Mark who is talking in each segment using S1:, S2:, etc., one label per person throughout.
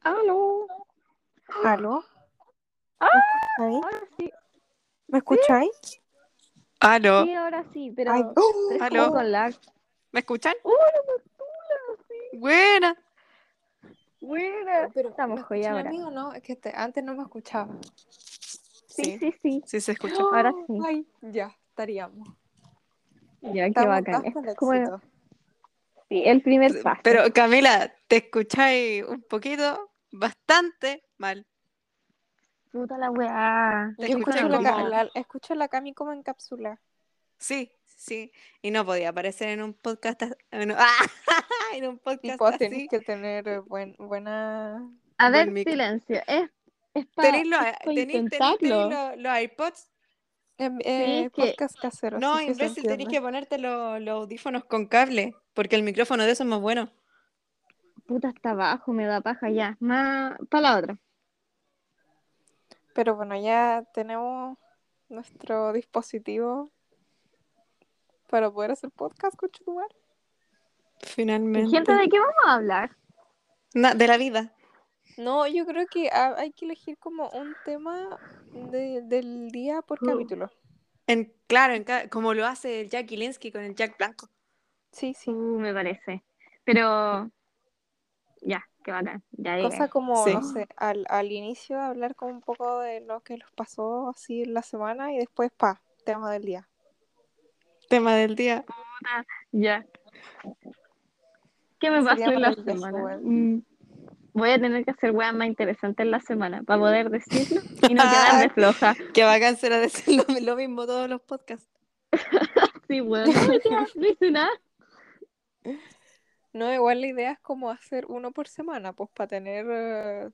S1: Aló.
S2: ¿Aló?
S1: Ah,
S2: ¿Ahí?
S1: ahora sí.
S2: ¿Me escucháis?
S3: Aló,
S1: Sí, ahora sí, pero,
S2: Ay,
S1: pero es
S3: Aló.
S1: como con lag.
S3: ¿me escuchan?
S1: ¡Uh, la postura! Sí,
S3: Buena.
S1: buena.
S4: Pero,
S1: Estamos
S4: ¿me
S1: joya
S4: escuchan a
S1: ahora.
S4: mí o no? Es que te- antes no me escuchaba.
S1: Sí, sí, sí.
S3: sí se escucha.
S1: Ahora sí.
S4: Ay, ya, estaríamos.
S1: Ya, qué
S4: Estamos
S1: bacán.
S4: tan con
S1: Es como
S4: éxito.
S1: sí, el primer paso.
S3: Pero Camila, te escucháis un poquito, bastante mal.
S1: Puta la weá.
S3: Te
S4: Yo
S3: escuché
S4: escucho, la,
S3: como-
S4: ca- la- escucho la Cami como en cápsula.
S3: Sí, sí. Y no podía aparecer en un podcast. as- en un- ¡Ah! En un podcast
S4: Tipo,
S3: así.
S4: tenés que tener eh, buen, buena...
S1: A
S3: Buen eh,
S1: ver,
S3: micro.
S1: silencio. Es, es pa-
S3: Tenéis los,
S1: es pa
S3: tenéis- tenéis-
S1: intentarlo.
S3: tenéis los- los iPods.
S4: em, eh,
S1: es que-
S4: Podcast casero.
S3: No,
S4: sí, sí, se
S3: imbécil, tenéis que
S4: entiende.
S3: ponerte los, los audífonos con cable, porque el micrófono de eso es más bueno.
S1: Puta, está abajo, me da paja ya. Más para la otra.
S4: Pero bueno, ya tenemos nuestro dispositivo para poder hacer podcast, con
S3: Finalmente.
S1: Gente, ¿de qué vamos a hablar?
S3: Na- de la vida.
S4: No, yo creo que ah, hay que elegir como un tema de- del día por
S1: Mm.
S4: capítulo.
S3: En, claro, en cada- como lo hace el Jack Ilensky con el Jack Blanco.
S4: Sí, sí.
S1: Uh, me parece. Pero ya, qué bacán. Ya llegué.
S4: Cosa como,
S3: Sí.
S4: no sé, al, al inicio hablar como un poco de lo que los pasó así en la semana y después, pa, tema del día.
S3: Tema del día.
S1: Ya. ¿Qué me
S4: Sería
S1: pasó en la
S4: maravilloso,
S1: semana?
S4: weón.
S1: Mm. Voy a tener que hacer weas más interesantes en la semana para poder decirlo y no quedarme floja.
S3: Que bacán será decir lo, lo mismo todos los podcasts.
S1: Sí, weón. No, ya, no hice nada.
S4: No, igual la idea es como hacer uno por semana, pues para tener eh,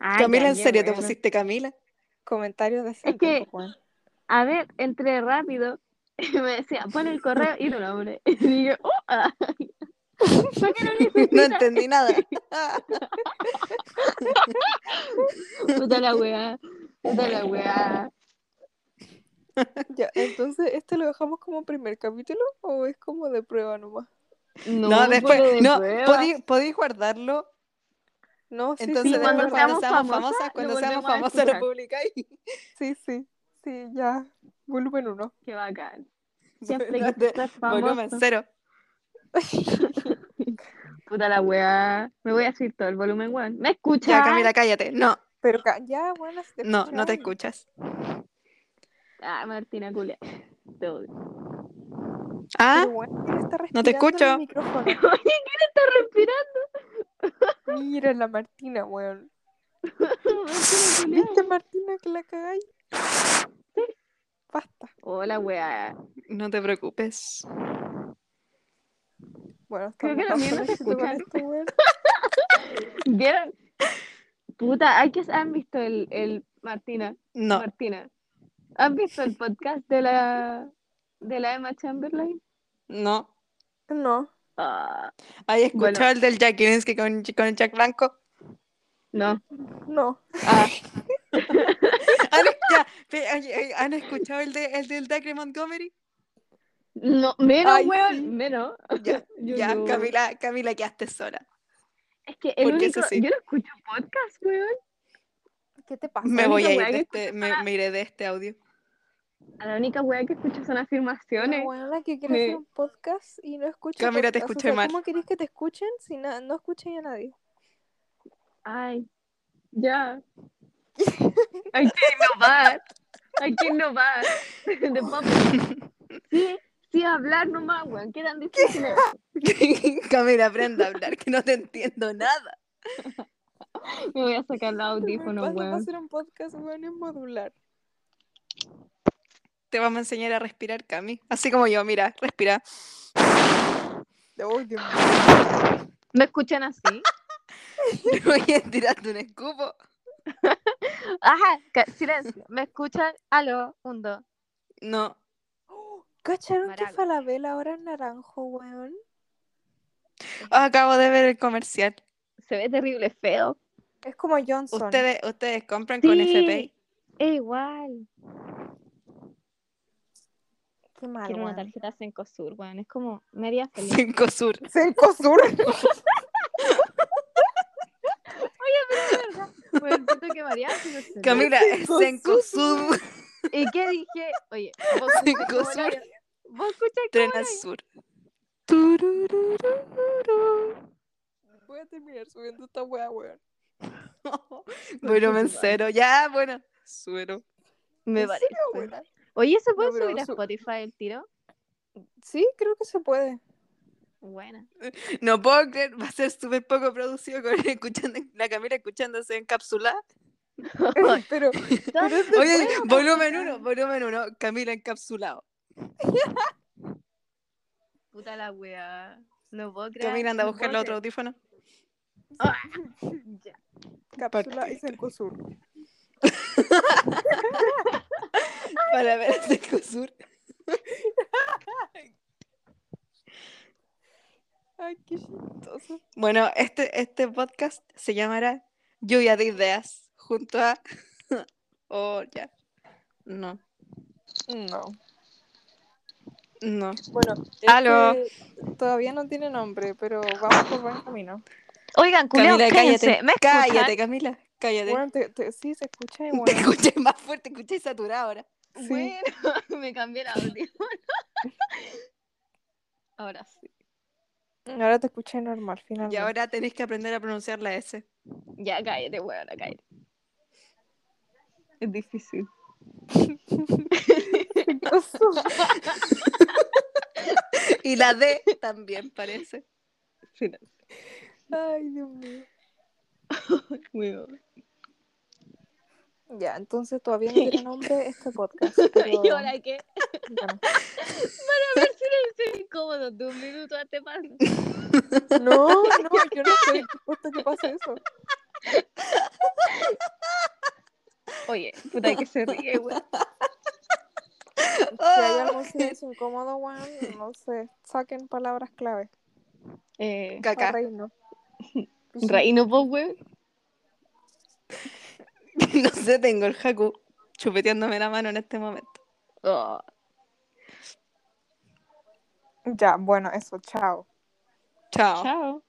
S1: Ah,
S3: Camila,
S1: ya,
S3: ¿en
S1: ya,
S3: serio te
S1: weón.
S3: pusiste Camila?
S4: comentarios decentes.
S1: que-
S4: pues, weón.
S1: A ver, entré rápido y me decía, pon el correo y tu nombre. Y dije, ¡oh! ah. ¿Por qué no
S3: No
S1: necesitas?
S3: entendí nada.
S1: Puta la weá. Puta la weá.
S4: Ya, entonces, ¿este lo dejamos como primer capítulo o es como de prueba nomás?
S3: No,
S1: No,
S3: después,
S1: ponlo de
S3: no,
S1: prueba.
S3: podí- podí guardarlo.
S4: No, sí,
S3: Entonces,
S4: sí,
S3: después,
S1: cuando
S3: cuando,
S1: seamos
S4: bueno,
S3: seamos
S1: famosas,
S3: famosas,
S1: lo
S3: cuando seamos
S1: volvemos a
S3: famosas lo
S1: escuchar.
S3: publicáis.
S4: sí, sí, sí, ya, volumen uno.
S1: Qué bacán. Siempre
S3: Bueno,
S1: que
S3: de-
S1: estás
S3: Volumen
S1: famoso.
S3: cero.
S1: Puta la weá. Me voy a subir todo el volumen, weón. ¿Me escuchas?
S3: Ya, Camila, cállate. No,
S4: Pero ca- ya, bueno, si te
S3: no, no te
S4: escuchaba.
S3: escuchas.
S1: Ah, Martina Culia. Te odio.
S3: Ah,
S4: Pero, weón, ¿quién está
S3: No
S4: respirando
S3: te
S4: en el
S3: escucho.
S4: micrófono?
S1: Oye, ¿quién está respirando?
S4: Mira la Martina, weón.
S1: Martina Culia.
S4: ¿Viste Martina que la cagáis? Basta.
S1: Hola, weá.
S3: no te preocupes.
S4: Bueno,
S1: Creo que
S4: estamos
S1: la
S4: tan
S1: mía no se
S4: parecidos con
S1: escucha.
S4: esto, weón.
S1: ¿Vieron? Puta, hay que han visto el, el Martina.
S3: No,
S1: Martina. ¿Han visto el podcast de la de la Emma Chamberlain?
S3: no.
S4: No.
S1: Ah,
S3: ¿Hay escuchado
S1: Bueno.
S3: el del Jack Ilinsky con, con el Jack Blanco?
S1: no.
S4: No,
S1: Ah,
S3: ¿Han, Ah, ya, pe- ay, ay, ¿han escuchado el, de, el del Dacre Montgomery?
S1: no, menos,
S4: Ay,
S1: weón,
S4: sí.
S1: menos.
S3: Ya,
S1: Yo
S3: ya
S1: no.
S3: Camila, Camila, quedaste sola.
S1: Es que el
S3: Porque eso
S1: único,
S3: sí.
S1: yo no escucho podcast, weón.
S4: ¿qué te pasa?
S3: Me
S1: La
S3: voy
S1: única
S3: a ir
S1: weá
S3: de
S1: que
S3: este, me, me iré de este audio.
S1: La única weá que escucho son
S4: La
S1: afirmaciones.
S4: weona que quiere
S1: Sí.
S4: hacer un podcast y no escucha.
S3: Camila, te
S4: podcast.
S3: escuché mal.
S4: ¿Cómo querés que te escuchen si na- no escuchan a nadie?
S1: Ay, ya. Hay que innovar. Hay que innovar. De papo. Sí, sí, hablar nomás, weón. ¿Qué tan difícil es?
S3: Camila, aprenda a hablar, que no te entiendo nada.
S1: Me voy a sacar los audífonos,
S4: Vas a
S1: weón.
S4: hacer un podcast, weón, es modular.
S3: Te vamos a enseñar a respirar, Cami. Así como yo, mira, respira.
S4: Oh, Dios mío.
S1: ¿Me escuchan así?
S3: Te voy a tirarte un escupo.
S1: Ajá, ca- silencio. ¿Me escuchan? Aló, un dos.
S3: No.
S4: ¿Cacharon que
S1: Marago.
S4: Falabella ahora es naranjo, weón?
S3: Acabo de ver el comercial.
S1: Se ve terrible feo.
S4: Es como Johnson.
S3: ¿Ustedes, ustedes compran
S1: Sí.
S3: con FPI?
S1: Es igual.
S4: Qué mal,
S1: Quiero una
S4: weón.
S1: tarjeta Sencosur, weón. Es como media feliz.
S3: Cinco Sur.
S4: Sencosur.
S1: que mariachi. no sé.
S3: Camila, Sencosud,
S1: ¿Y qué dije? Oye, vos escuchas
S3: Sencosud,
S1: cómo la- vos escuchas
S3: Tren al Sur.
S4: Voy a terminar subiendo esta wea, weón.
S3: Bueno, mencero, ya, bueno, suero.
S1: Me
S4: ¿En
S1: parece.
S4: serio, weona?
S1: Oye, ¿se puede
S4: No, pero
S1: subir a
S4: su-
S1: Spotify el tiro?
S4: Sí, creo que se puede.
S1: Buena.
S3: No puedo creer, va a ser súper poco producido con escuchando, la Camila escuchándose encapsulada.
S4: Pero
S3: Oye, volumen uno, volumen uno, Camila encapsulado.
S1: Puta la weá. No puedo creer.
S3: Camila anda a
S1: no
S3: buscar
S1: puedo
S3: los otro audífono.
S1: creer. Ya.
S4: cápsula y Sencosur.
S3: para ver el Sencosur.
S4: Ay, qué chistoso.
S3: Bueno, este, este podcast se llamará Lluvia de Ideas, junto a... oh, ya. No,
S4: No.
S3: no.
S4: Bueno,
S3: Aló.
S4: este todavía no tiene nombre, pero vamos por buen camino.
S1: Oigan, culiao,
S3: Camila,
S1: cállense.
S3: cállate.
S1: ¿Me escuchan?
S3: Cállate, Camila. Cállate.
S4: Bueno, te- te- sí, se escucha
S3: Te
S4: igual.
S3: escuché más fuerte, escuché saturado ahora.
S4: Sí.
S1: Bueno, me cambié el audio. Ahora sí.
S4: Ahora te escuché normal, finalmente.
S3: Y ahora tenés que aprender a pronunciar la S.
S1: Ya cállate, weón, cállate. Es difícil.
S3: Y la D también parece.
S4: Ay, Dios mío.
S1: Weón.
S4: Ya, entonces todavía no tiene nombre este podcast. Pero...
S1: ¿Y ahora qué?
S4: bueno.
S1: Es incómodo, de un minuto a te paso.
S4: No, no, yo no estoy dispuesta a que pase eso.
S1: Oye, puta que se ríe, weón.
S4: Si hay algún silencio incómodo, Juan, no sé, saquen palabras clave.
S1: Eh,
S4: Para
S3: Caca.
S4: reírnos.
S1: Reino, pues, weón.
S3: No sé, tengo el Haku chupeteándome la mano en este momento.
S1: Oh.
S4: Ya, bueno, eso, chao.
S3: Chao.
S1: Chao.